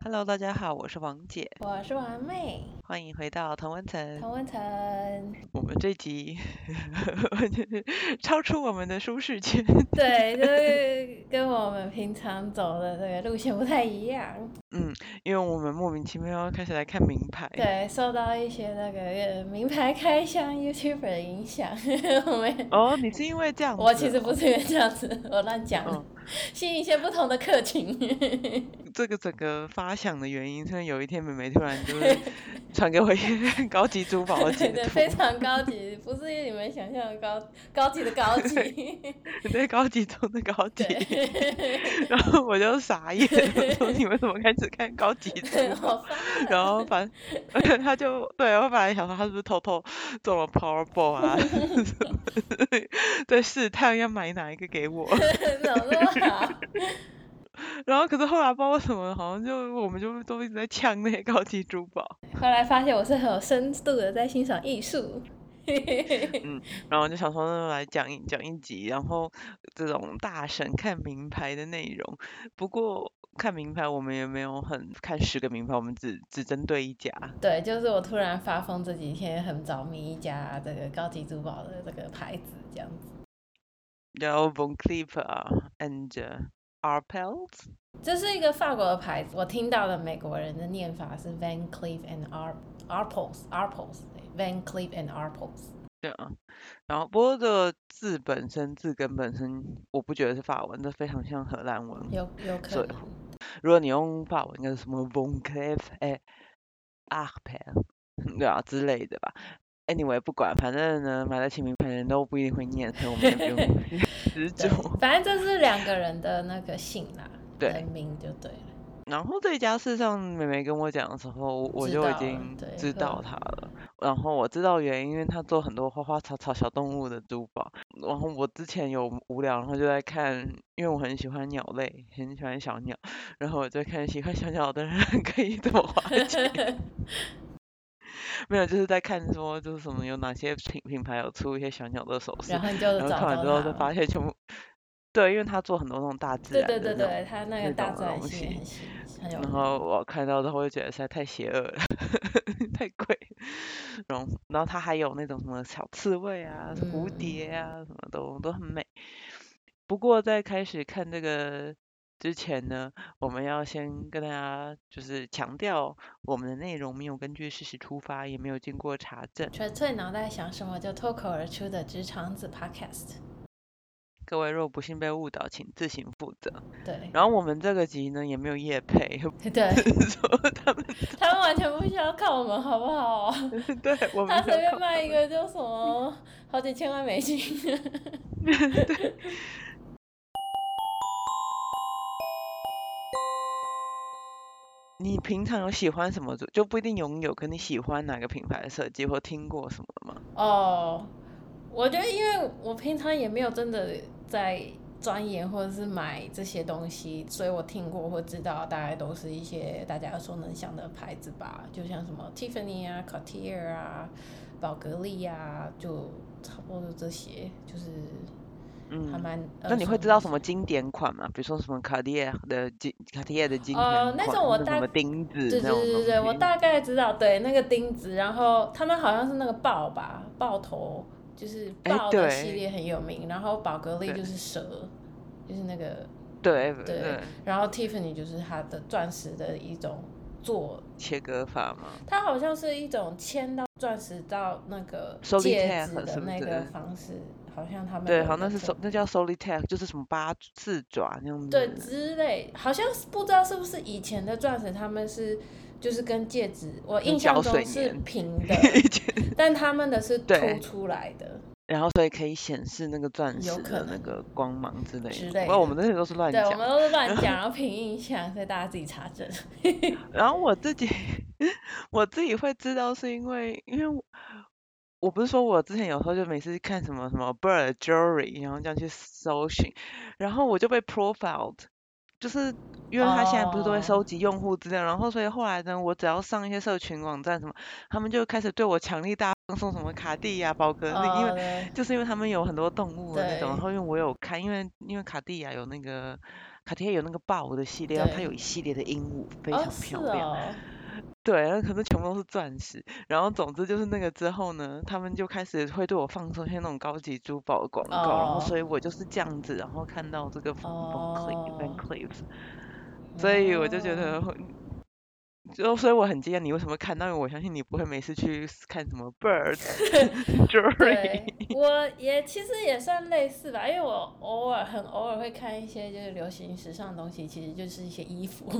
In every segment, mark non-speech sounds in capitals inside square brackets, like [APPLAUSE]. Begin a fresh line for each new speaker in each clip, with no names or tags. Hello，大家好，我是王姐，
我是王妹，
欢迎回到同温层。
童文层。
我们这集 [LAUGHS] 超出我们的舒适圈，
对，就是跟我们平常走的这个路线不太一样。
因为我们莫名其妙开始来看名牌。
对，受到一些那个呃名牌开箱 YouTuber 的影响， [LAUGHS] 我们
哦，你是因为这样子哦？
我其实不是因为这样子，我乱讲的，
嗯
吸引一些不同的客群。
这个整个发想的原因，是因为有一天美美突然就是
[LAUGHS]
传给我一些 [LAUGHS] 高级珠宝的截
对对，非
图，
常高级，不是你们想象的高高级的高级。
对，高级中的高级，
对，
然后我就傻眼，我说你为什么开始看高级珠宝？
我发 [LAUGHS]
然后反， [LAUGHS] 他就对我本来想说他是不是偷偷中了 Powerball 啊， [LAUGHS] 在试探要买哪一个给我。 [LAUGHS]
怎么那么好？
然后可是后来不知道为什么，好像就我们就都一直在抢那些高级珠宝，
后来发现我是很有深度的在欣赏艺术。
然后就想说那来讲一讲一集，然后这种大神看名牌的内容。不过看名牌我们也没有很看十个名牌，我们只只针对一家。
对，就是我突然发疯这几天很着迷一家这个高级珠宝的这个牌子，这样子。
然后 Von Cleef 啊，and a r p e l s
这是一个法国的牌子，我听到的美国人的念法是 Van Cleef and Ar Arpels Arpels Van Cleef and Arpels。
对啊，然后不过这个字本身字根本身，我不觉得是法文，这非常像荷兰文。
有有可
所以
能，
如果你用法文，应该是什么 Von Cleef 哎 a r p e l 对啊之类的吧。Anyway，不管，反正呢，买得起名牌的人都不一定会念，所以我们也不用 [LAUGHS]
[LAUGHS]
执着。，
对反正这是两个人的那个姓啦，
[LAUGHS] 对
人名就对
[LAUGHS]
了。
然后这一家，事实上，妹妹跟我讲的时候，我
知
就
道
已
了
经
对
知
嗯
道它了。然后我知道原因，因为他做很多花花草草、小动物的珠宝。然后我之前有无聊，然后就在看，因为我很喜欢鸟类，很喜欢小鸟，然后我就看喜欢小鸟的人 [LAUGHS] 可以怎么花
[LAUGHS]
钱。没有，就是在看说，就是什么有哪些品品牌有出一些小鸟的首饰
然，后你就
然后
找
看
到
完之后就
他
发
了。
现全部，对，因为他做很多那种大自
对
然
对
的
对
那种
对，他那
那
个大
种
自然
东
性
西
很喜很有
然
名。
后我看到之后，我就觉得实在太邪恶了， [LAUGHS] 太贵。然后，然后它还有那种什么小刺猬啊、蝴
嗯
蝶啊，什么都都很美。不过在开始看这个之前呢，我们要先跟大家就是强调，我们的内容没有根据事实出发，也没有经过查证。
纯粹脑袋想什么就脱口而出的职场子 Podcast。
各位若不幸被误导，请自行负责。
对
然后我们这个集呢，也没有业配， [LAUGHS]
[LAUGHS] 对，
说他们
[LAUGHS] 他们完全不需要靠我们，好不
[LAUGHS]
好？
对我们 [LAUGHS] 没
他随
有靠
便卖一个就什么好几千万美金。 [LAUGHS]
你平常有喜欢什么，就不一定拥有，可你喜欢哪个品牌的设计，或听过什么的吗？
哦，我觉得因为我平常也没有真的在钻研或者是买这些东西，所以我听过或知道大概都是一些大家耳熟能详的牌子吧，就像什么 Tiffany 啊、Cartier 啊、宝格丽啊，就差不多就这些，就是还
嗯，
蛮。呃
那你会知道什么？经典款吗？比如说什么卡地亚的经卡地亚的经典款，
呃那种我
或者
大
什么钉子
对对
那种
对对对，
东
我
西
大概知道，对那个钉子，然后他们好像是那个豹吧，豹头就是
哎
豹的
对
系列很有名，然后宝格丽
对
就是蛇，就是那个，
对
对然后 Tiffany 就是它的钻石的一种做，
切割法嘛，
它好像是一种牵到钻石到那个
Solitaire
戒指
是
的
不
那
是
个方式，好像他们
对，
有
好像那
一个
是手
做
那叫 solitaire，就是什么八四爪那样子
对
的，
之类，好像是不知道是不是以前的钻石他们是。就是跟戒指，我印象
搅水
中是
黏
平的，
以前
但他们的是
对
凸出来的，
[LAUGHS] 然后所以可以显示那个钻
有
石
可
的那
能
个光芒之类
之
的。
类
不过我
的
们那些都是乱
对，
讲
我。们都是乱讲，然后凭印象，所以大家自己查证。
然后我自己 [LAUGHS] 我自己会知道，是因为因为我我不是说我之前有时候就每次看什么什么 Bird Jewelry，然后这样去搜寻，然后我就被 profiled，就是因为他现在不是都会
哦
收集用户资料，然后所以后来呢，我只要上一些社群网站什么，他们就开始对我强力大放送什么卡地亚、宝格丽， [LAUGHS] 因为
哦，对
就是因为他们有很多动物的那种，
对
然后因为我有看，因为因为卡地亚有那个卡地亚有那个豹的系列，然后它
对
有一系列的鹦鹉，非
哦
常
是
漂亮。 [LAUGHS]
哦，
对，然后可是全部都是钻石。然后总之就是那个之后呢，他们就开始会对我放出一些那种高级珠宝的广告，然后所以我就是这样子，然后看到这个 Van Cleef Van
哦
Cleef，所以我就觉得
哦
会。就所以我很惊讶你为什么看到，因为我相信你不会每次去看什么 Birds [LAUGHS] Jewelry
[LAUGHS] 对，我也其实也算类似吧，因为我偶尔很偶尔会看一些就是流行时尚的东西，其实就是一些衣服，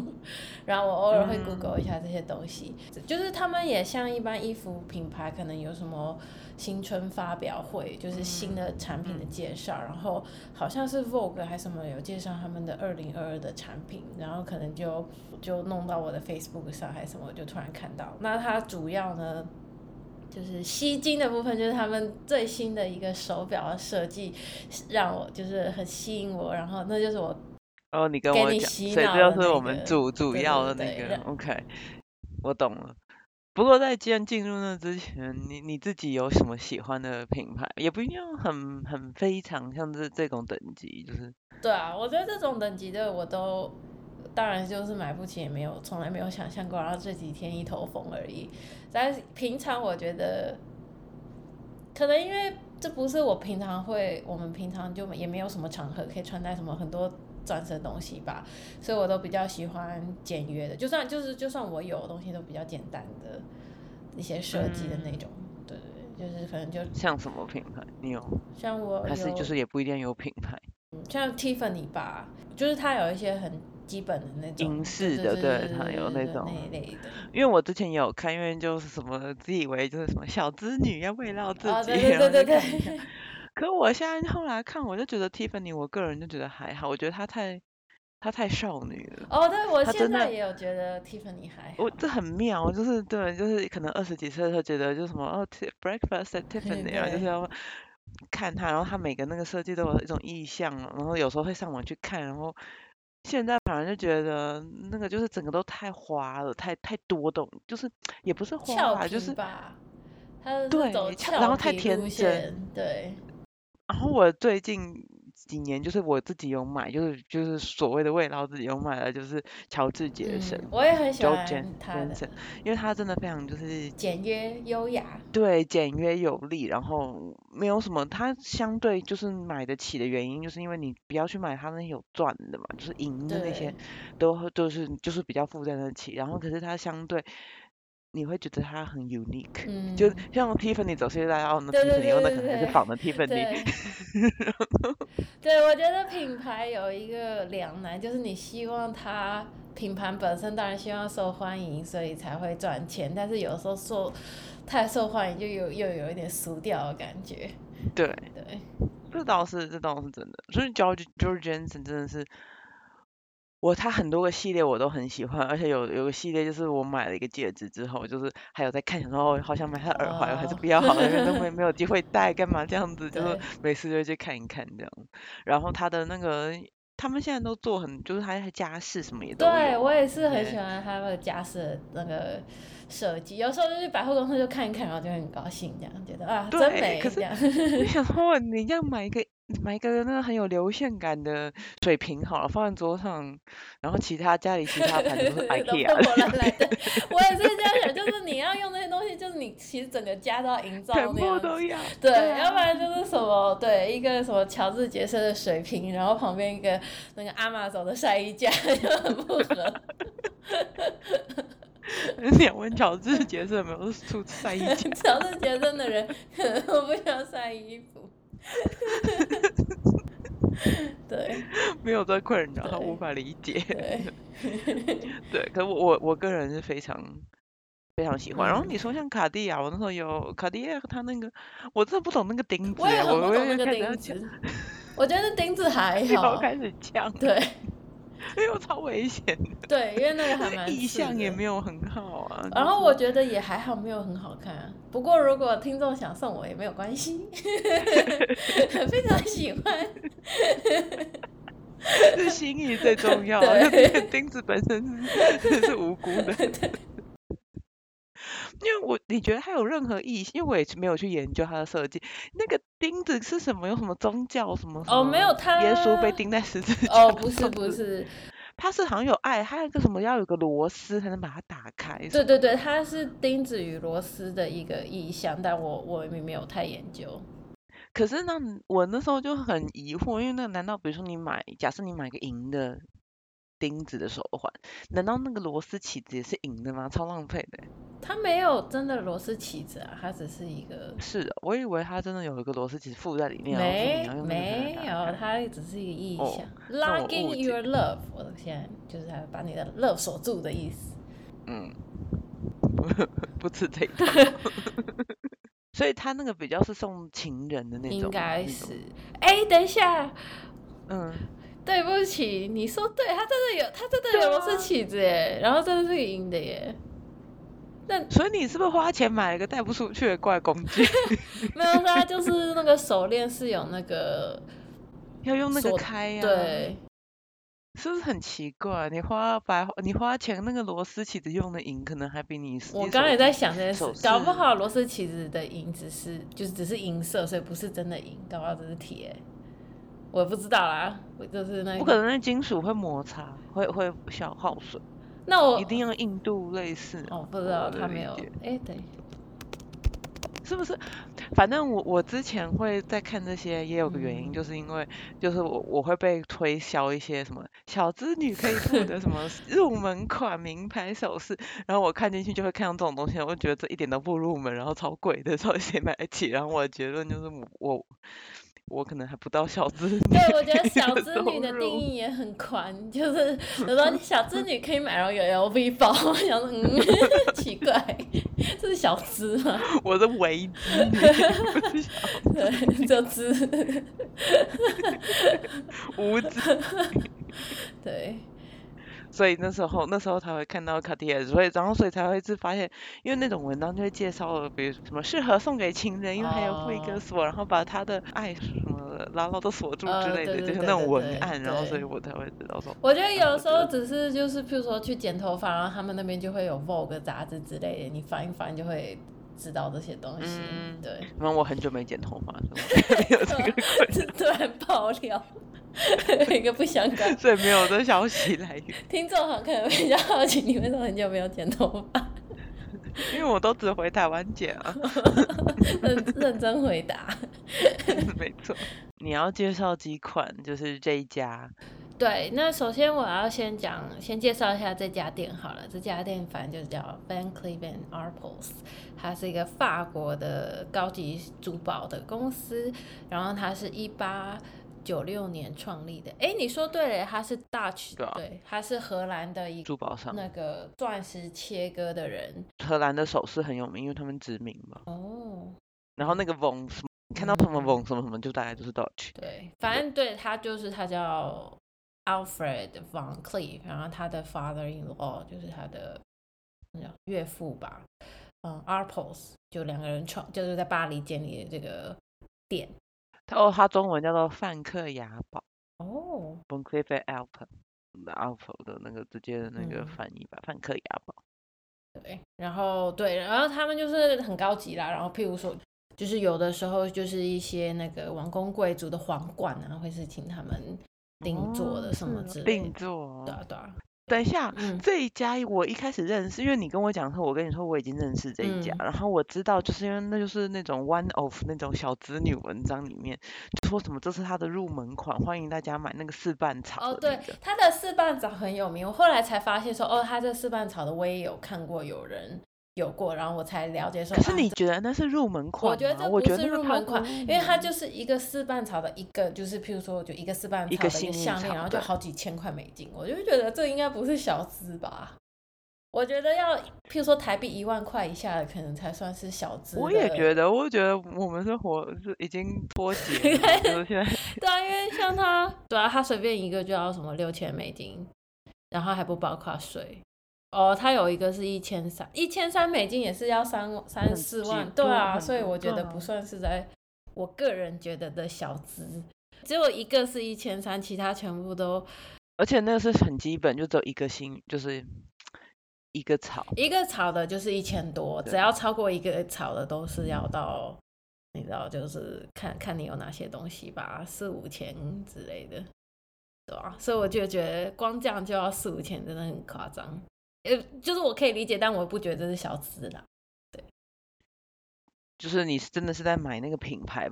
然后我偶尔会 Google 一下这些东西，就是他们也像一般衣服品牌可能有什么新春发表会，就是新的产品的介绍，然后好像是 Vogue 还是什么有介绍他们的二零二二的产品，然后可能就就弄到我的 Facebook 上还是什么，我就突然看到，那它主要呢。就是吸睛的部分，就是他们最新的一个手表的设计，让我就是很吸引我，然后那就是我
然哦后你跟
给
我
你
讲，
洗
所以
脑
这
的
就是
那
我们
个
主主
对对
要
对
的那
对
个
让 [LAUGHS]
OK，我懂了。不过在既然进入那之前，你你自己有什么喜欢的品牌？也不一定要很很非常像这这种等级，就是
对啊，我觉得这种等级的我都，当然就是买不起，也没有从来没有想象过，然后这几天一头疯而已。但是平常我觉得，可能因为这不是我平常会，我们平常就也没有什么场合可以穿戴什么很多钻石的东西吧，所以我都比较喜欢简约的，就算就是就算我有的东西都比较简单的一些设计的那
嗯
种，对对对，就是可能就
像什么品牌？你有？
像我
还是
有
就是也不一定有品牌，
像 Tiffany 吧，就是它有一些很基本的那种
英式
对
的，
对对
对，
对
它
对
有
对
那
对那一
种。
类的。
因为我之前也有看，因为就是什么自以为就是什么小资女要慰劳自
啊、
己，
对对
然后
对对
就看一下。
对， [LAUGHS]
可我现在后来看，我就觉得 Tiffany，我个人就觉得还好，我觉得她太她太少女了。
哦，对我
她
现
真
在
的，
也有觉得 Tiffany 还好，
我这很妙，就是对，就是可能二十几岁的时候觉得就是什么哦，Ti-，breakfast at
嗯
Tiffany 啊，就是
对，
要看她，然后她每个那个设计都有一种意象，啊然后有时候会上网去看，然后现在反而就觉得那个就是整个都太花了，太太多懂，就是也不是花
俏
啦，就
皮
是
吧，它是走
对，俏然
俏
后太
皮路
天真。
线，对，
然后我最近几年就是我自己有买，就是就是所谓的慰劳自己有买了，就是乔治杰
嗯，
森
我也很喜
（Joe
欢
Jen
它的
Jensen），因为他真的非常就是
简约优雅，
对简约有力，然后没有什么，他相对就是买得起的原因，就是因为你不要去买他那些有钻的嘛，就是银的那些
对，
都会就是就是比较负担得起，然后可是它相对。你会觉得它很 unique，就
嗯，
像 Tiffany 走出去，大家哦，那
对对
Tiffany 哦，那
对
可
对
能还是
对
仿的 Tiffany，
对。
[LAUGHS]
对，我觉得品牌有一个两难，就是你希望它品牌本身当然希望受欢迎，所以才会赚钱，但是有时候受太受欢迎就有又有一点俗掉的感觉。
对。
对，
这倒是，这倒是真的。所以 George George Jensen 真的是我，他很多个系列我都很喜欢，而且有有个系列就是我买了一个戒指之后，我就是还有在看，想说哦，好想买他的耳环，我还是
哦，
不要好了，因为都没没有机会戴，干嘛这
[LAUGHS]
样子？就是
对，
每次就会去看一看这样。然后他的那个，他们现在都做很，就是他家饰什么也都有
对我
啊，
也是很喜
也
欢他们家饰的那个设计，有时候就是百货公司就看一看，然后就很高兴，这样觉得啊真
对。可是
美这样。
我
[LAUGHS]
想说，你这样买一个买一个那个很有流线感的水瓶好了，放在桌上，然后其他家里其他盘子都是
[LAUGHS] 都
IKEA
破破烂
的，
烂
[LAUGHS]
的，我也是这样想，就是你要用那些东西，就是你其实整个家都要营造
全
那
部
样
都
子，
要。
对，
对
要不
啊，
然就是什么，对，一个什么乔治杰森的水瓶，然后旁边一个那个阿玛走的晒衣架，就很不合。
你要问乔治杰森有没有出
[LAUGHS]
晒衣架？
乔治杰森的人可能不想晒衣
[LAUGHS]
服，对
没有这困扰，他无
对
法理解。
对，
对，可我我我个人是非常非常喜欢。然后
嗯，
你说像卡地亚，我那时候有卡地亚，它那个我真的不懂那个钉
我
子
也
哎，
很不
我我
懂那
也
个
开始要
钉
讲，
子，我觉得钉子还
我
好，
开始呛了，
对
因为我超危险的，
对，因为那个
那
还
个
蛮
意
刺
象也
啊的。
没有很好啊，
然
就
后我
是。
觉得也还好，没有很好看。啊不过如果听众想送我
[LAUGHS]
也没有关系，非常喜欢。
是心意最重要，
对
就这个钉子本身是 [LAUGHS] 是无辜的。因为我你觉得它有任何意义？因为我也没有去研究它的设计。那个钉子是什么？有什么宗教什么？什
哦，没有
么
他，
耶稣被钉在十字架。
哦，不是不，是，
它是好像有爱，它有一个什么要有个螺丝才能把它打开。
对，对对，它是钉子与螺丝的一个意象，但我我也没有太研究。
可是那我那时候就很疑惑，因为那难道比如说你买，假设你买个银的钉子的手环，难道那个螺丝起子也是银的吗？超浪费的欸。
它没有真的螺丝起子啊，它只是一个
是的，我以为它真的有一个螺丝起子附在里面，然后说你要用那个才能
没没
打
有，
开
它只是一个意
哦
象。
那我
Locking
误解
your love，我现在就是它把你的 love 锁住的意思。
嗯， [LAUGHS] 不吃这一
[LAUGHS]
套。所以它那个比较是送情人的那种，
应该
那
是
种。
哎、等一下，
嗯，
对不起，你说对，它真的有，它真的
对
有
啊
螺丝起子耶，然后真的是银的耶。那
所以你是不是花钱买了一个带不出去的怪工具， [LAUGHS]
没有，它就是那个手链是有那个
要用那个
锁
开呀、，
对，
是不是很奇怪？你花白花，你花钱那个螺丝起子用的银，可能还比你
我
你手
刚刚也在想这件事
手，
搞不
势
好螺丝起子的银只是就是只是银色，所以不是真的银，搞不好只是铁，我也不知道啦，我就是那
不可能，那金属会摩擦，会会消耗损，
那我
一定要硬度类似啊。
哦哦不知道
我的
他
理
没有
解，
哎、等一下，
是不是？反正我我之前会在看这些，也有个原因，
嗯
就是因为就是我我会被推销一些什么小资女可以付的什
[LAUGHS]
么入门款名牌首饰，然后我看进去就会看到这种东西，我就觉得这一点都不入门，然后超贵的，到底谁买得起？然后我的结论就是我我我可能还不到小资女收入。
对，我觉
[LAUGHS]
得小资女的定义也很宽，就是有时候你小资女可以买到有 LV 包，我想说嗯 [LAUGHS] 奇怪，这是小资吗？
我是
[LAUGHS]
伪资女，不是小
对，就资，
无知。
对，
所以那时候那时候才会看到卡地亚，所以然后所以才会是发现，因为那种文章就会介绍了，比如什么适合送给情人，因为还有附一
哦
个锁，然后把他的爱什么的拉到都锁住之
呃
类
对
的，
对
就是
对
那种
对
文
对
案，然后所以
对
我才会知道说，
我觉得有时候
我觉
只是就是，譬如说去剪头发，然后他们那边就会有 Vogue 杂志之类的，你翻一翻就会知道这些东西。
嗯
对， [LAUGHS]
因为我很久没剪头发了，所以我没有这个困
这突然爆料， [LAUGHS] 一个不相干
扰，。 [LAUGHS] 所以没有这消息来源，
听众好像可能比较好奇，你为什么很久没有剪头发？
因为我都只回台湾剪啊， [LAUGHS]
认认真回答。
没
[LAUGHS]
错。你要介绍几款，就是这一家，
对，那首先我要先讲，先介绍一下这家店好了。这家店反正就叫 Van Cleef and Arpels，它是一个法国的高级珠宝的公司，然后它是一八九六年创立的。哎，你说对了，它是 Dutch，
对啊
对，它是荷兰的一
珠宝商，
那个钻石切割的人。
荷兰的首饰很有名，因为他们殖民嘛。
哦，
然后那个 von 什么，你看到什么
嗯
von 什么什么，就大概就是 Dutch。
对，反正对他就是他叫 Alfred von Cleef，然后他的 father-in-law 就是他的那叫岳父吧，嗯，Arpels 就两个人创，就是在巴黎建立的这个店。
它哦，它中文叫做范克雅堡
哦，
b o n c l i f f Alp 嗯 Alp 的那个直接的那个
嗯
翻译吧，范克雅堡。
对，然后对，然后他们就是很高级啦，然后譬如说。就是有的时候，就是一些那个王公贵族的皇冠啊，会是请他们定做的
哦
什么
是
之
哦
类
定
的。
做
对
哦。
啊，对啊，
等一下，
嗯，
这一家我一开始认识，因为你跟我讲说，我跟你说我已经认识这一家，
嗯
然后我知道，就是因为那就是那种 one of 那种小子女文章里面就说什么这是它的入门款，欢迎大家买那个四瓣草
哦，
的
对
那个。，
它的四瓣草很有名。我后来才发现说，哦，它这四瓣草的我也有看过，有人有过，然后我才了解说，
可是
啊
你觉得那是入门款
我
吗？
觉得这
我
不
觉得
是
那个
入
超
门
不
款，
入
因为它
门
就是一个四瓣草的一个，就是譬如说就一个四瓣
一
草
个
的一
幸
个
运
项链，
草
然后就
对
好几千块美金，我就觉得这应该不是小资吧。我觉得要譬如说台币一万块以下的，可能才算是小资。
我也觉得，我觉得我们生活是已经脱
[LAUGHS]
节了，就是现在
对啊，因为像他，对啊，他随便一个就要什么六千美金，然后还不包括税。哦，他有一个是一千三，一千三美金也是要三三
很
四
几
万，
对
对啊，
很
所以
多
我觉
对
得
啊
不算是在我个人觉得的小资。只有一个是一千三，其他全部都
而且那个是很基本，就只有一个星，就是一个草。
一个草的就是一千多，
对
只要超过一个草的都是要到，你知道，就是看看你有哪些东西吧，四五千之类的，对啊，所以我就觉得光这样就要四五千，真的很夸张。呃，就是我可以理解，但我不觉得这是小资啦。
就是你是真的是在买那个品牌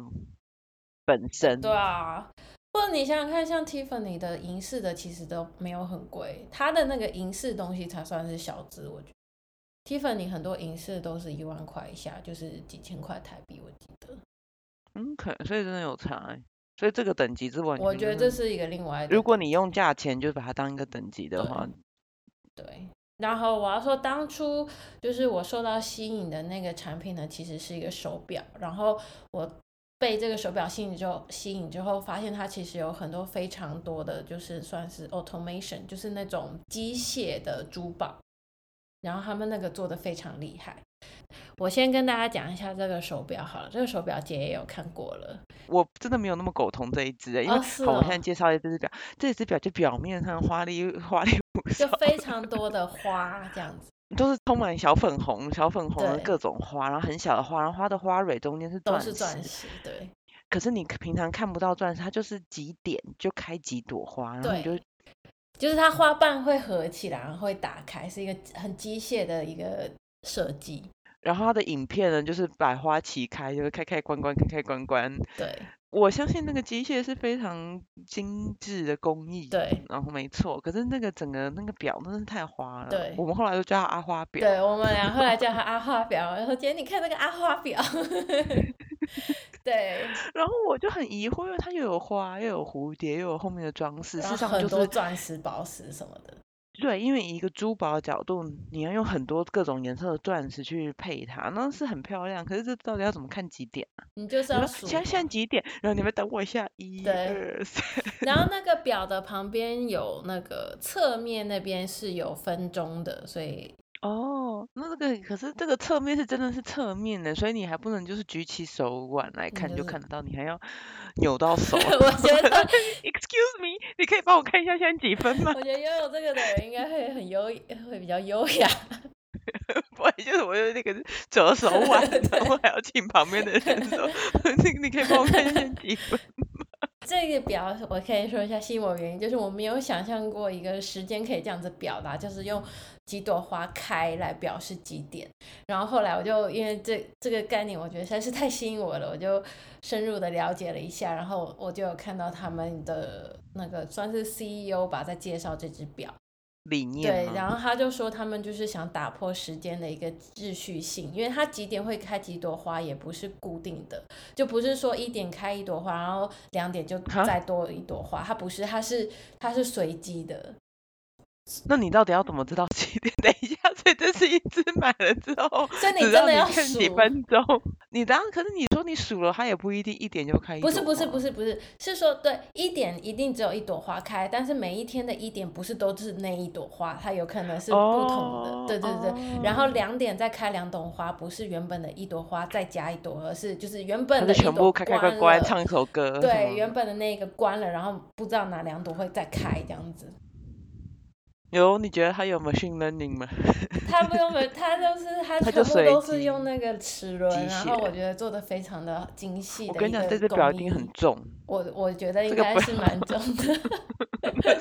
本身，
对啊，或者你想想看，像 Tiffany 的银饰的其实都没有很贵，它的那个银饰东西才算是小资，我觉得。Tiffany 很多银饰都是一万块以下，就是几千块台币，我记得。
嗯，可所以真的有差欸、所以这个等级是完全，
我觉得这，是一个另外的。
如果你用价钱就把它当一个等级的
对
话，
对，然后我要说，当初就是我受到吸引的那个产品呢，其实是一个手表，然后我被这个手表吸引之后，吸引之后发现它其实有很多非常多的，就是算是 automation，就是那种机械的珠宝，然后他们那个做的非常厉害。我先跟大家讲一下这个手表好了，这个手表姐也有看过了，
我真的没有那么苟同这一只欸、因为、
哦是
好，我现在
哦
介绍一下这只表，这只表就表面上花里花里胡
就
[LAUGHS] 哨，
非常多的花这样子。
都是充满小粉红、小粉红的
对
各种花，然后很小的花，然后花的花蕊中间是
都
钻
是
石，
钻石，对
可是你平常看不到钻石，它就是几点就开几朵花，然后你就
对，就是它花瓣会合起来，然后会打开，是一个很机械的一个设计。
然后它的影片呢，就是百花齐开，就是开开关关，开开关关。
对
我相信那个机械是非常精致的工艺，
对
然后没错。可是那个整个那个表真的是太花了，
对
我们后来都叫它阿花表。
对，我们俩后来叫它阿花表，然后姐你看那个阿花表，
[LAUGHS]
对，
然后我就很疑惑，因为它又有花，又有蝴蝶，又有后面的装饰，事
然
实
后
上
很
就
多
是
钻石、宝石什么的。
对，因为以一个珠宝的角度，你要用很多各种颜色的钻石去配它，那是很漂亮。可是这到底要怎么看几点？
你就是
你
要
说
数
现在现在几点？然后你们等我一下，一
对
二三。
然后那个表的旁边有那个侧面那边是有分钟的，所以
哦，那这个可是这个侧面是真的是侧面的，所以你还不能就是举起手腕来
嗯
看
就
就是看得到，你还要扭到手。啊
我觉得
Excuse me，你可以帮我看一下现在几分吗？
我觉得拥有这个的人应该会很优，会比较优雅。，
不然就是我有那个折手腕然后还要请旁边的人说， [LAUGHS] 你你可以帮我看一下现在几
[LAUGHS]
分。
这个表我可以说一下吸引我的原因，就是我没有想象过一个时间可以这样子表达，就是用几朵花开来表示几点。然后后来我就因为这这个概念，我觉得实在是太吸引我了，我就深入的了解了一下，然后我就有看到他们的那个算是 CEO 吧，在介绍这只表。
理念
对，
吗？
然后他就说他们就是想打破时间的一个秩序性，因为它几点会开几朵花也不是固定的，就不是说一点开一朵花，然后两点就
哈
再多一朵花，它不是，它是它是随机的。
那你到底要怎么知道几点？等一下，所以这是一只买了之后，
所以你
只
真
让
的
你
要
看
数
几分钟。你当然，可是你说你数了，它也不一定一点就开一
不是
朵
不是
花
不是不是，是说对一点一定只有一朵花开，但是每一天的一点不是都是那一朵花，它有可能是不同的。
哦
对对对，然
哦
后两点再开两朵花，不是原本的一朵花再加一朵，而是就是原本
它
的
是
一
全
朵
部开开关
关 [LAUGHS]
关，
了
唱一首歌。
对，原本的那个关了，然后不知道哪两朵会再开这样子。
有你觉得它有 machine learning 吗？
他不用，他就是他
它
全
就
部
随
都是
机
用那个齿轮，
机
然后
械
我觉得做的非常的精细
我
的
跟
一
你讲，这
个
只表
工
一
艺
定。很
[LAUGHS]
重， [LAUGHS]
我我觉得应
这个
该
不
是蛮重的，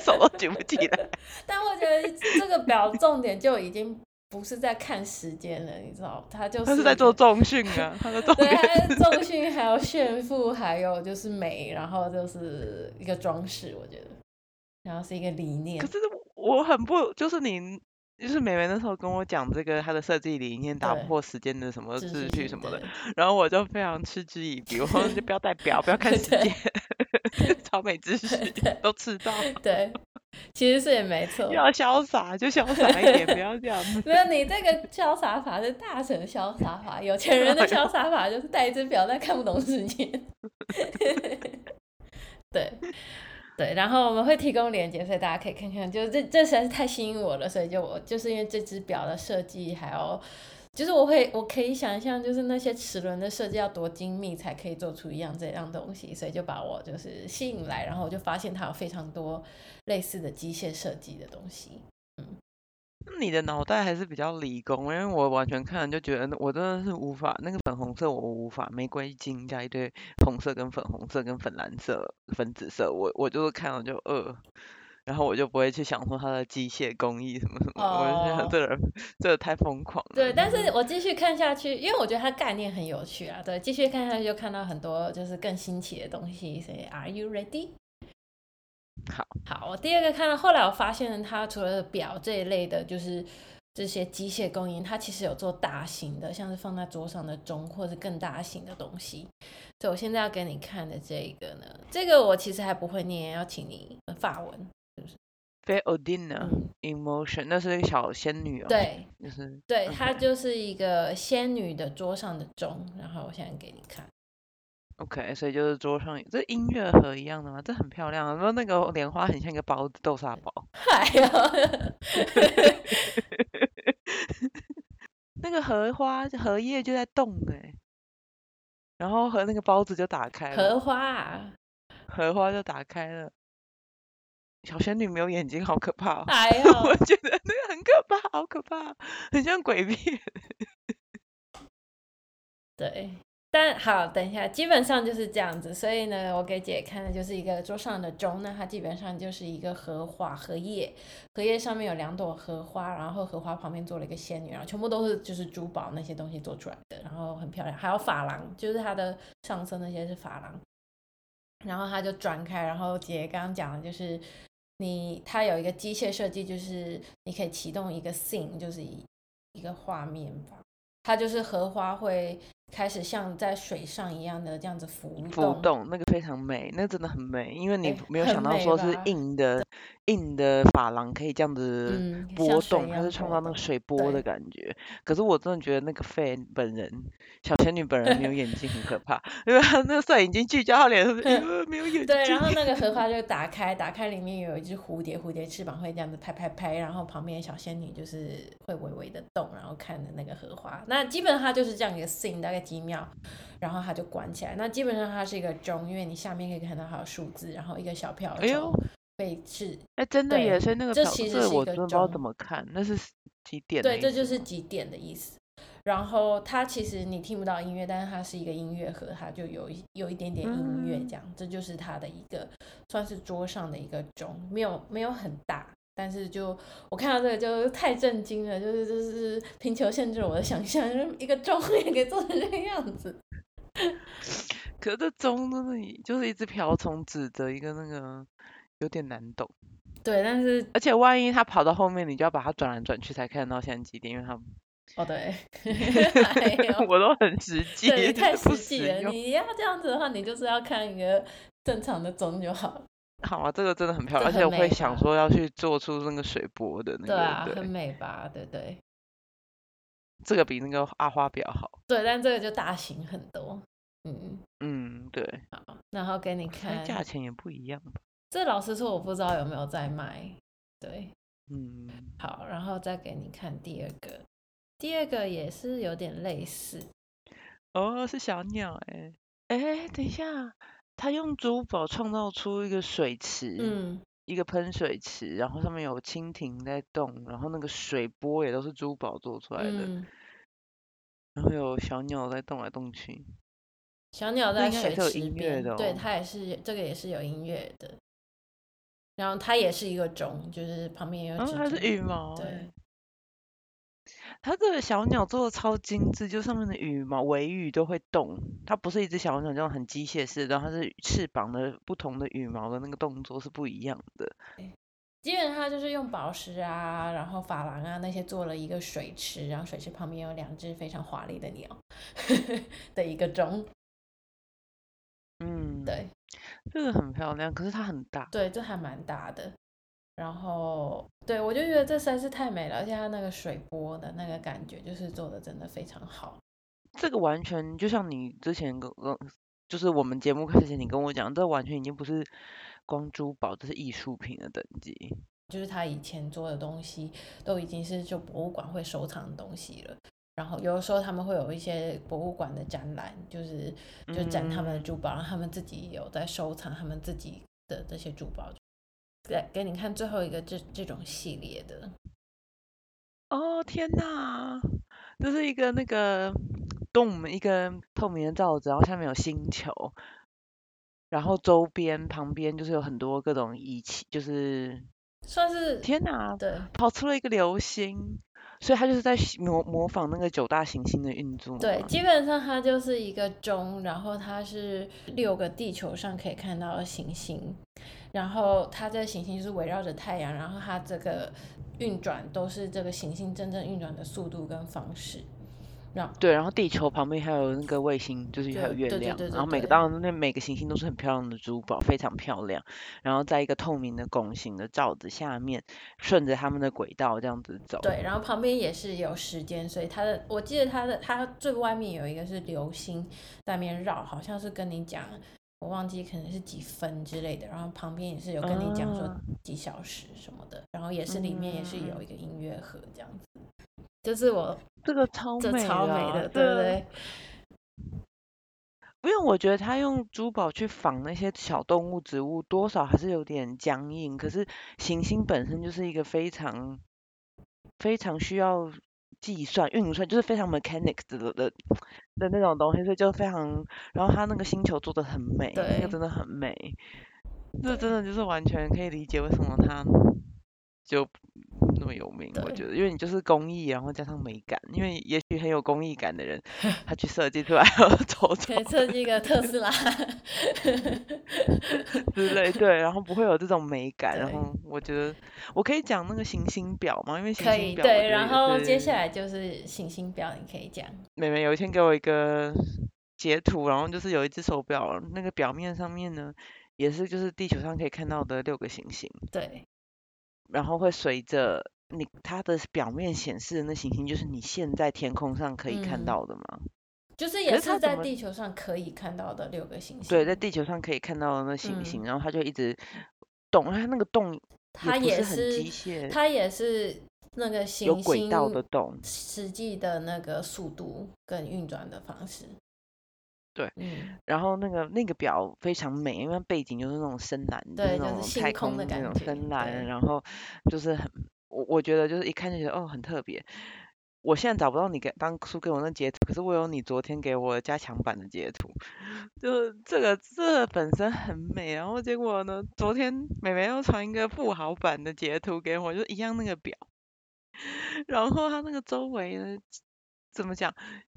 手都举不起来。
但我觉得这个表重点就已经不是在看时间了，你知道，他就是
它是
一
在
个
做重训啊，它在做
对，
那个
还有重训，还有炫富，还有就是美，然后就是一个装饰，我觉得，然后是一个理念
可。是我我很不，就是你，就是美美那时候跟我讲这个她的设计理念打
对
破时间的什么
秩序
秩序
性
什么
对
的，然后我就非常嗤之以鼻，我说就不要戴表，不要看时
对
间， [LAUGHS] 超美知识都吃到，
对，其实是也没错。
要潇洒就潇洒一点，不要这样子。
[LAUGHS] 没有，你这个潇洒法是大神潇洒法，有钱人的潇洒法就是戴一只表但看不懂时间。 [LAUGHS] 对，对，然后我们会提供链接，所以大家可以看看。就这这实在是太吸引我了，所以就我就是因为这只表的设计，还有就是我会，我可以想象，就是那些齿轮的设计要多精密才可以做出一样这样东西，所以就把我就是吸引来，然后我就发现它有非常多类似的机械设计的东西。
那你的脑袋还是比较理工，因为我完全看了就觉得我真的是无法，那个粉红色我无法，玫瑰金加一堆红色跟粉红色跟粉蓝色、粉紫色，我我就是看了就呃，然后我就不会去想说它的机械工艺什么什么，我就觉
哦
得这人这个太疯狂了。
对，但是我继续看下去，因为我觉得它概念很有趣啊。对，继续看下去就看到很多就是更新奇的东西。所以，Are you ready？
好，
好，我第二个看到，后来我发现它除了表这一类的，就是这些机械工艺，它其实有做大型的，像是放在桌上的钟，或是更大型的东西。所以我现在要给你看的这个呢，这个我其实还不会念，要请你法文。
非 Odina
嗯，
emotion，那是一个小仙女哦，，
对
就是
对，它
OK
就是一个仙女的桌上的钟，然后我现在给你看。
OK，所以就是桌上有这音乐盒一样的嘛，这很漂亮啊，然后那个莲花很像一个包子豆沙包。
哎呀，
那个荷花荷叶就在动哎、然后和那个包子就打开了，
荷花、啊，
荷花就打开了。小仙女没有眼睛，好可怕哦！
哎呀，
[LAUGHS] 我觉得那个很可怕，好可怕，哦很像鬼
[LAUGHS]
片。
对，但好，等一下，基本上就是这样子。所以呢，我给姐看的就是一个桌上的钟，那它基本上就是一个荷花荷叶，荷叶上面有两朵荷花，然后荷花旁边做了一个仙女，然后全部都是就是珠宝那些东西做出来的，然后很漂亮，还有珐琅，就是它的上身那些是珐琅。然后它就转开，然后姐刚刚讲的就是你，它有一个机械设计，就是你可以启动一个 scene，就是一一个画面吧。它就是荷花会开始像在水上一样的这样子浮动，
浮动那个非常美，那真的很美，因为你
哎
没有
很
想到
美
说是
吧
硬的硬的珐琅可以这样子
嗯，像
波
水
动，
一
它
样
是创
波
造那
动
个水波的
对
感觉。可是我真的觉得那个 fan 本人，小仙女本人没有眼睛很可怕，因为她那个摄影机聚焦她脸上，呃没有 [LAUGHS] 眼睛。
对，然后那个荷花就打开，打开里面有一只蝴蝶，蝴蝶翅膀会这样子拍拍拍，然后旁边的小仙女就是会微微的动，然后看着那个荷花。那基本上它就是这样一个 scene，大概几秒，然后它就关起来。那基本上它是一个钟，因为你下面可以看到它有数字，然后一个小票
哎呦
钟被是，
哎，真的耶，
啊对
所以那个
这
表
其实
这
是一
我
个
真的不知道
钟
怎么看，那是几点的
对，
意
这就
思
是
吗
几点的意思。然后它其实你听不到音乐，但是它是一个音乐盒，它就有一有一点点音乐
嗯
这样，这就是它的一个算是桌上的一个钟，没有没有很大，但是就我看到这个就太震惊了，就是就是贫穷限制了我的想象，就是一个钟也可以做成这个样子。
可是这钟真的也就是一只瓢虫指着一个那个，有点难懂。
嗯对，但是
而且万一它跑到后面，你就要把它转来转去才看得到现在几点，因为它
哦对， [LAUGHS] 哎呦
[LAUGHS] 我都很实际，
对，你
[LAUGHS]
太
不
实
实
际了。
用。
你要这样子的话，你就是要看一个正常的钟就好了。
好啊，这个真的很漂
这
亮，而且
很
我会
美
想
吧
说要去做出那个水波的那
对啊，
个，[LAUGHS]
很
对，
美吧？对对
这个比那个阿花表好。
对，但这个就大型很多。嗯，
嗯，对，
好，然后给你
所以
看，
啊价钱也不一样吧。
这老实说我不知道有没有在卖。对，
嗯，
好，然后再给你看第二个，第二个也是有点类似。
哦，是小鸟哎、哎，等一下，它用珠宝创造出一个水池，
嗯，
一个喷水池，然后上面有蜻蜓在动，然后那个水波也都是珠宝做出来的，
嗯，
然后有小鸟在动来动去。
小鸟
那
在
应该也
水
是有
池
音乐
边，
的
对，
哦
它也是这个也是有音乐的。然后它也是一个钟，就是旁边也有
然后
指
啊它嗯是
针
羽毛哎、
对，
它这个小鸟做的超精致，就上面的羽毛、尾羽都会动。它不是一只小鸟这种很机械式的，它是翅膀的不同的羽毛的那个动作是不一样的。
基本上就是用宝石啊，然后珐琅啊那些做了一个水池，然后水池旁边有两只非常华丽的鸟 [LAUGHS] 的一个钟。
嗯，
对，
这个很漂亮，可是它很大。
对，这还蛮大的。然后，对我就觉得这实在是太美了，而且它那个水波的那个感觉，就是做的真的非常好。
这个完全就像你之前跟跟，就是我们节目开始你跟我讲，这完全已经不是光珠宝，这是艺术品的等级。
就是他以前做的东西，都已经是就博物馆会收藏的东西了。然后有的时候他们会有一些博物馆的展览，就是就展他们的珠宝，然后他们自己有在收藏他们自己的这些珠宝。给给你看最后一个这这种系列的，
哦，天呐，这是一个那个 dome，一个透明的罩子，然后下面有星球，然后周边旁边就是有很多各种仪器，就是
算是
天呐，
对
跑出了一个流星，所以它就是在西模模仿那个九大行星的运作嘛。
对，基本上它就是一个钟，然后它是六个地球上可以看到的行星，然后它这个行星就是围绕着太阳，然后它这个运转都是这个行星真正运转的速度跟方式。
对，然后地球旁边还有那个卫星，就是还有
对
月
对对
亮，
对对
然后每个
对
当然那每个行星都是很漂亮的珠宝，非常漂亮。然后在一个透明的拱形的罩子下面，顺着他们的轨道这样子走。
对，然后旁边也是有时间，所以它的我记得它的它最外面有一个是流星在那边绕，好像是跟你讲，我忘记可能是几分之类的，然后旁边也是有跟你讲说
啊
几小时什么的，然后也是里面也是有
嗯
一个音乐盒这样子，就是我
这个超
这
美啊
超美
啦
的，
这
对不对？
不用，我觉得他用珠宝去仿那些小动物、植物，多少还是有点僵硬。可是行星本身就是一个非常、非常需要计算、运算，就是非常 mechanics 的的的那种东西，所以就非常。然后他那个星球做的很美，那
对
个真的很美。这真的就是完全可以理解为什么他就那么有名，我
对
觉得，因为你就是工艺，然后加上美感，因为也许很有工艺感的
[LAUGHS]
人，他去设计出来 [LAUGHS] 然后丑丑
可以设计一个特斯
[LAUGHS]
拉，
之类，对，然后不会有这种美感。然
对
后我觉得我可以讲那个行星表吗？因为行
可
星
以
表，我觉
对，
得
然
也
后接
是
下来就是行星表，你可以讲，
妹妹有一天给我一个截图，然后就是有一只手表，那个表面上面呢也是就是地球上可以看到的六个行星，
对
然后会随着你它的表面显示的那行星，就是你现在天空上可以看
嗯
到的嘛？
就是
可
也
是它
是
怎
在
么
地球上可以看到的六个行星。
对，在地球上可以看到的那行星，
嗯
然后它就一直动，然后它那个动
它
不
也
是很
是
机械，
它也是那个
有
行
轨
星
道的动。
实际的那个速度跟运转的方式。
对，
嗯，
然后那个那个表非常美，因为背景就是那种深蓝，
对就
那
是
种
星
太
空的
那
感
种
觉
深蓝，
对
然后就是很，我我觉得就是一看就觉得哦很特别。我现在找不到你给当初给我那截图，可是我有你昨天给我的加强版的截图，就是这个这本身很美，然后结果呢，昨天美美又传一个富豪版的截图给我，就一样那个表， [LAUGHS] 然后它那个周围呢，怎么讲，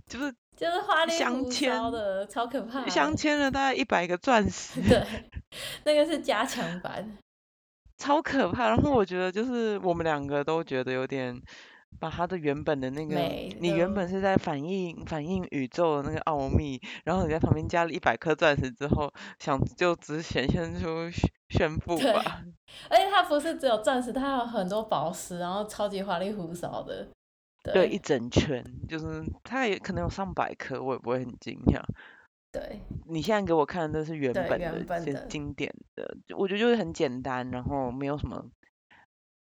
就是
就是花里
镶
胡
嵌
哨的，超可怕的。
镶嵌了大概一百个钻石，
[LAUGHS] 对，那个是加强版。
超可怕。然后我觉得就是我们两个都觉得有点把它的原本的 [LAUGHS] 那个，
美
你原本
嗯
是在反映反映宇宙的那个奥秘，然后你在旁边加了一百颗钻石之后，想就只显现出炫
[LAUGHS]
炫富
对
吧。
而且它不是只有钻石，它还有很多宝石，然后超级花里胡哨的。
对，一
对
整圈，就是它也可能有上百颗，我也不会很惊讶。
对
你现在给我看的都是原
对
本
原
的、
本
经
的
经典的，就我觉得就是很简单，然后没有什么，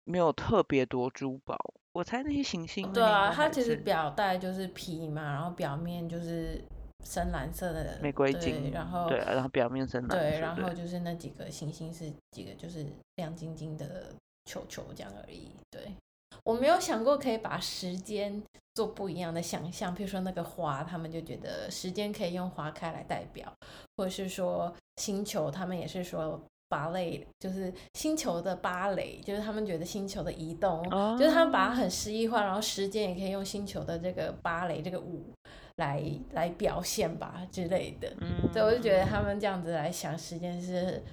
没有特别多珠宝。我猜那些行星那
对
些应
啊，
该
它
还
其实
是
表带就是皮嘛，然后表面就是深蓝色的，
玫瑰
对，
金，
然后
对啊，然后表面深蓝
对，
色
然
对
后就是那几个星星是几个就是亮晶晶的球球这样而已。对，我没有想过可以把时间做不一样的想象，比如说那个花，他们就觉得时间可以用花开来代表，或者是说星球，他们也是说。芭蕾就是星球的芭蕾，就是他们觉得星球的移动，就是他们把它
哦，
很诗意化，然后时间也可以用星球的这个芭蕾这个舞来来表现吧之类的。所以我就觉得他
嗯，
们这样子来想时间是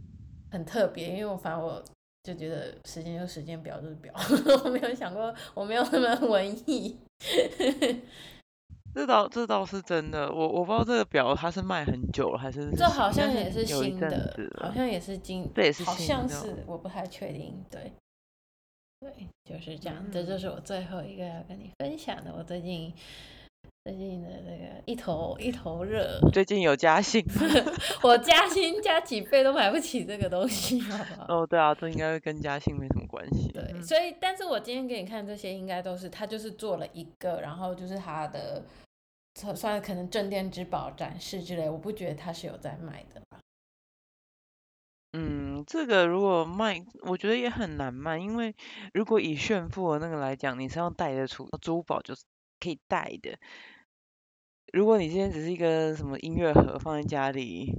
很特别，因为我反正我就觉得时间就时间表就是表， [LAUGHS] 我没有想过我没有那么文艺。
这倒这倒是真的。我我不知道这个表它是卖很久了还是
这
是新
好
应该
像也
是
是
有一
新
阵
的
子，
好
了，
像也是今，
这也是
好
新
像
的哦。
是我不太确定。对对，就是这样。这就
嗯，
是我最后一个要跟你分享的，我最近最近的这个一头一头热，
最近有加薪吗
我加薪加几倍都买不起这个东西，好不好？
哦，对啊，这应该跟加薪没什么关系。
对，
嗯
所以但是我今天给你看这些，应该都是他就是做了一个，然后就是他的，算算可能镇店之宝展示之类，我不觉得他是有在卖的。
嗯，这个如果卖，我觉得也很难卖，因为如果以炫富的那个来讲，你是要带得出珠宝，就是可以带的。如果你今天只是一个什么音乐盒放在家里，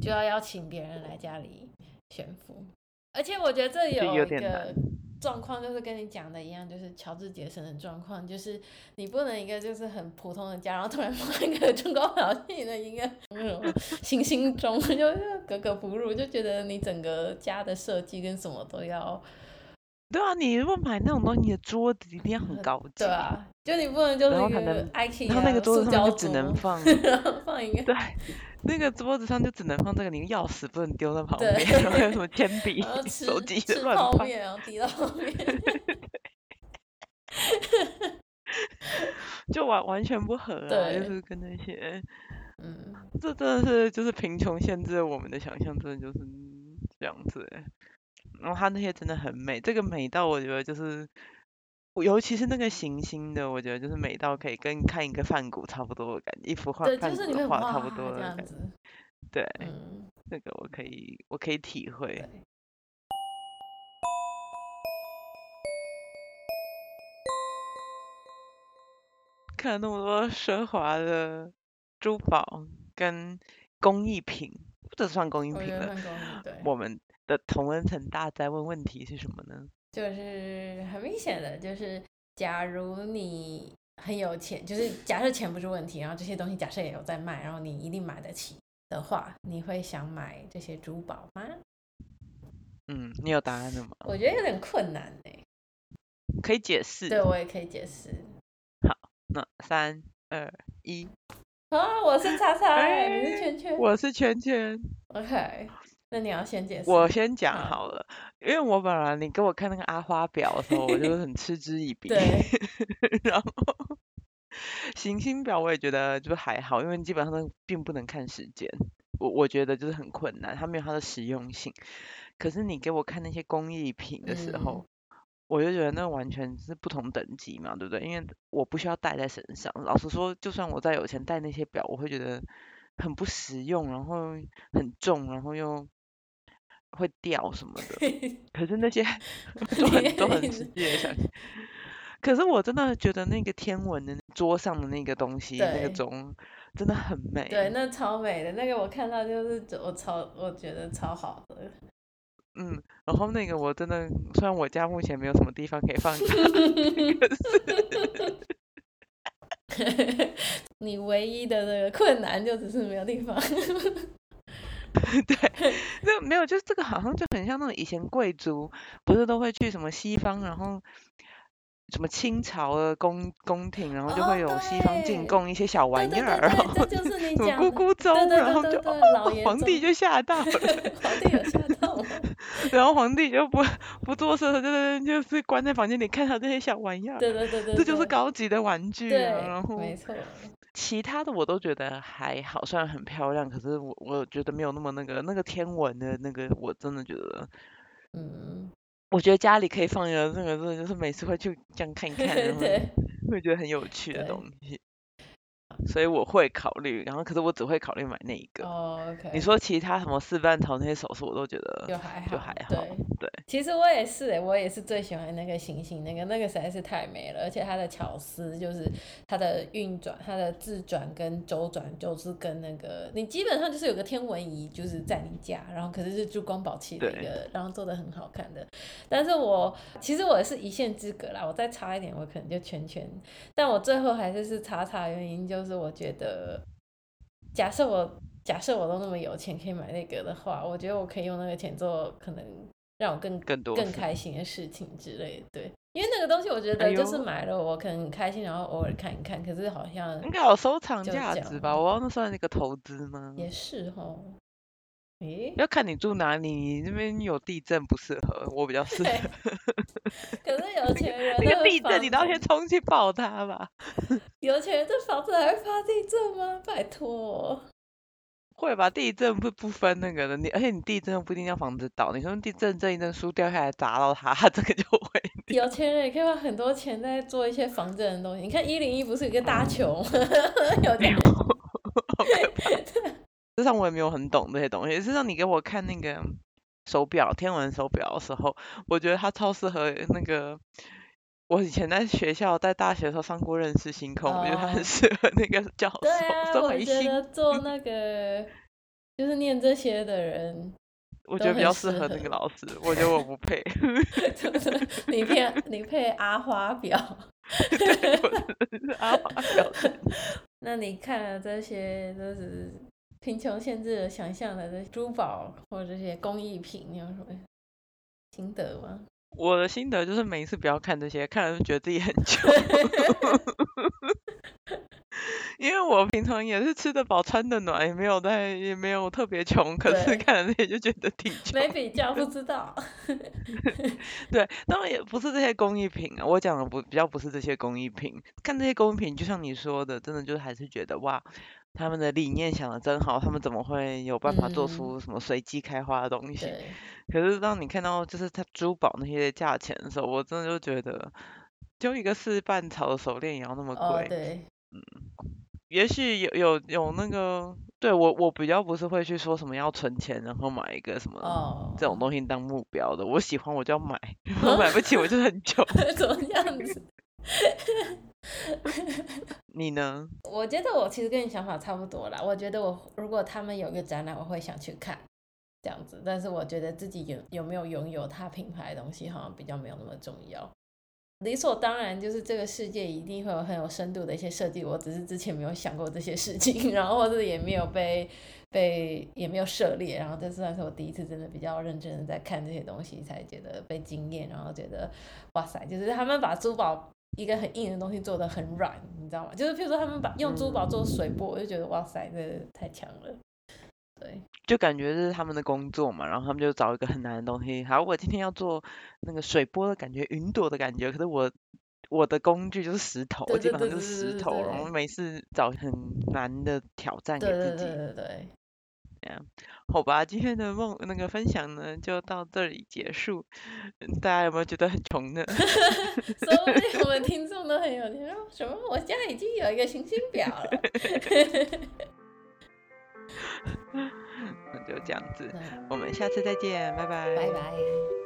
就要邀请别人来家里炫富。而且我觉得这
这
有
有
一
点
个
难
状况，就是跟你讲的一样，就是乔治杰森的状况，就是你不能一个就是很普通的家，然后突然放一个中高表现的一个嗯行星钟， [LAUGHS] 就是格格不入，就觉得你整个家的设计跟什么都要
对啊，你如果买那种东西，你的桌子一定要很高级，
对啊，就你不能就是
然后
一
可
个
能
IKEA
然后那个桌
塑
子上
胶
面就只能
桌，
放，
[LAUGHS] 然后放一个
对，那个桌子上就只能放这个，你的钥匙不能丢在旁
对
边，然后还有
[LAUGHS]
什么铅笔
然后、吃
手机
吃
乱
泡
放。
面，然后滴到后面。 [LAUGHS]
就完完全不合啊，就
对
是跟那些， [LAUGHS]
嗯，
这真的是就是贫穷限制了我们的想象，真的就是这样子欸。然后它那些真的很美，这个美到我觉得就是，尤其是那个行星的，我觉得就是美到可以跟看一个梵谷差不多的感觉，一幅画
对，
梵
就是
谷
你会
的画差不
哇
多
这
的感
样
觉。哎
子，
对，
嗯，
这个我可以我可以体会
对。。
看了那么多奢华的珠宝跟工艺品，不能算工艺
我
品
觉得
了，
很公
[LAUGHS]
平，对，
我们的同温层大灾问问题是什么呢？
就是很明显的，就是假如你很有钱，就是假设钱不是问题，然后这些东西假设也有在卖，然后你一定买得起的话，你会想买这些珠宝吗？
嗯，你有答案了吗？
我觉得有点困难哎、
可以解释。
对，我也可以解释。
那三二一，
啊，我是叉叉哎、你
哎
是圈圈。
我是圈圈，
OK，那你要先解释。
我先讲
好
好了，因为我本来你给我看那个阿花表的时候，我就是很嗤之以鼻。
[LAUGHS] 对
然后行星表我也觉得就还好，因为基本上都并不能看时间，我我觉得就是很困难，它没有它的实用性。可是你给我看那些工艺品的时候，我就觉得那完全是不同等级嘛，对不对？因为我不需要戴在身上。老实说，就算我再有钱戴那些表，我会觉得很不实用，然后很重，然后又会掉什么的。可是那
[LAUGHS]
些都很都很实际的想。 [LAUGHS] 可是我真的觉得那个天文的桌上的那个东西，那个
对
钟真的很美。
对，那超美的那个，我看到就是我超，我觉得超好的。 [LAUGHS]
嗯，然后那个我真的，虽然我家目前没有什么地方可以
[LAUGHS]
放 [LAUGHS] 它，可是
你唯一的这个困难就只是没有地方。
对，那没有，就是这个好像就很像那种以前贵族不是都会去什么西方，然后什么清朝的宫宫廷，然后就
哦
会有西方进
对
贡一些小玩意
对对
儿，
对
然后
对，这就是你
什么
讲
咕
的。
咕钟，
对
然后
对
就
对
哦
老爷
皇帝
钟
就吓到了，
[LAUGHS] 皇帝有吓到我，
然后皇帝就不不做事，他就就是关在房间里看他这些小玩意儿，
对对对
[LAUGHS]
对，
这就是
对
高级的玩具啊。然
对，
后
没错，
其他的我都觉得还好，虽然很漂亮，可是我我觉得没有那么那个那个天文的那个，我真的觉得，
嗯，
我觉得家里可以放一个那个，真的就是每次会去这样看一看，然后
[LAUGHS] 对，
会觉得很有趣的
对
东西。所以我会考虑，然后可是我只会考虑买那一个。
哦，OK，
[LAUGHS] 你说其他什么四瓣桃那些首饰，我都觉得
就还好，
就还好
对。，
对，
其实我也是哎、我也是最喜欢那个行星，那个那个实在是太美了，而且它的巧思就是它的运转、它的自转跟周转，就是跟那个你基本上就是有个天文仪，就是在你家，然后可是是珠光宝气的一
对
个，然后做的很好看的。但是我其实我是一线之隔啦，我再差一点我可能就圈圈，但我最后还是是叉叉，原因就是我觉得假设我假设我都那么有钱可以买那个的话，我觉得我可以用那个钱做可能让我更
更多
更
事
开心的事情之类的。对，因为那个东西我觉
哎
得就是
呦
买了我可能很开心，然后偶尔看一看，可是好像
应该有收藏
就
价
这
值
样
吧？我忘了那算是一个投资吗？
也是哦。诶，
要看你住哪里，你那边有地震不适合，我比较适合。 [LAUGHS]
对可是有钱人
那
的
个地震，你
房
到
子
先冲去抱它吧。
有钱人的房子还会发地震吗？拜托，
会吧？地震不不分那个的，你而且你地震又不一定要房子倒，你说地震这一阵书掉下来砸到它， [LAUGHS] 它这个就会
[LAUGHS] 有钱人也可以花很多钱在做一些防震的东西。你看一零一不是有一个大球吗， [LAUGHS] 有钱
掉。
人
事实上我也没有很懂这些东西。事实上你给我看那个手表，天文手表的时候，我觉得它超适合那个。我以前在学校，在大学的时候上过认识星空，我觉得它
哦
很适合那个教
对
授
啊，
周
我
维
觉
新，
得做那个就是念这些的人， [LAUGHS]
我
都
觉得比
很
较适
适
合那
合
个老师。我觉得我不配， [LAUGHS]
对不对？你配啊你配阿花表， [LAUGHS]
对，我真的是阿华表示
那你看了这些就是贫穷限制了想象的这些珠宝或者这些工艺品，你有什么心得吗？
我的心得就是每一次不要看这些，看了就觉得自己
[LAUGHS]
很穷。 [LAUGHS] 因为我平常也是吃得饱、穿得暖，也没有在，也没有特别穷，可是
对
看了这些就觉得挺穷。
没比较不知道，
对，当然也不是这些工艺品啊，我讲的不比较不是这些工艺品，看这些工艺品，就像你说的，真的就是还是觉得哇，他们的理念想的真好，他们怎么会有办法做
嗯
出什么随机开花的东西？
对，
可是当你看到就是它珠宝那些价钱的时候，我真的就觉得，就一个四瓣草的手链也要那么
哦
贵。
对，
也许有有有那个，对我我比较不是会去说什么要存钱，然后买一个什么
哦，
这种东西当目标的。我喜欢我就要买， [LAUGHS] 我买不起我就很 [LAUGHS] 穷。
[LAUGHS] 怎么样子？
你呢？
我觉得我其实跟你想法差不多啦。我觉得我如果他们有一个展览，我会想去看这样子。但是我觉得自己有有没有拥有他品牌的东西，好像比较没有那么重要。理所当然，就是这个世界一定会有很有深度的一些设计。我只是之前没有想过这些事情， [LAUGHS] 然后或者也没有被被也没有涉猎。然后这算是我第一次真的比较认真的在看这些东西，才觉得被惊艳，然后觉得哇塞，就是他们把珠宝一个很硬的东西做的很软，你知道吗？就是譬如说他们把用珠宝做水波，我就觉得哇塞，这太强了。对，
就感觉这是他们的工作嘛，然后他们就找一个很难的东西。好，我今天要做那个水波的感觉、云朵的感觉，可是我我的工具就是石头，我
对
基
对
本上
对
就是
对
石
对
头，然
对
后每次找很难的挑战给
对
自
对
己。
对对对，
好吧，今天的梦那个分享呢就到这里结束。嗯大家有没有觉得很穷呢？ [LAUGHS]
说不定我们听众都很有钱。然后什么？我家已经有一个行星表了。
那就这样子，
那
嗯我们下次再见，拜拜。
拜拜。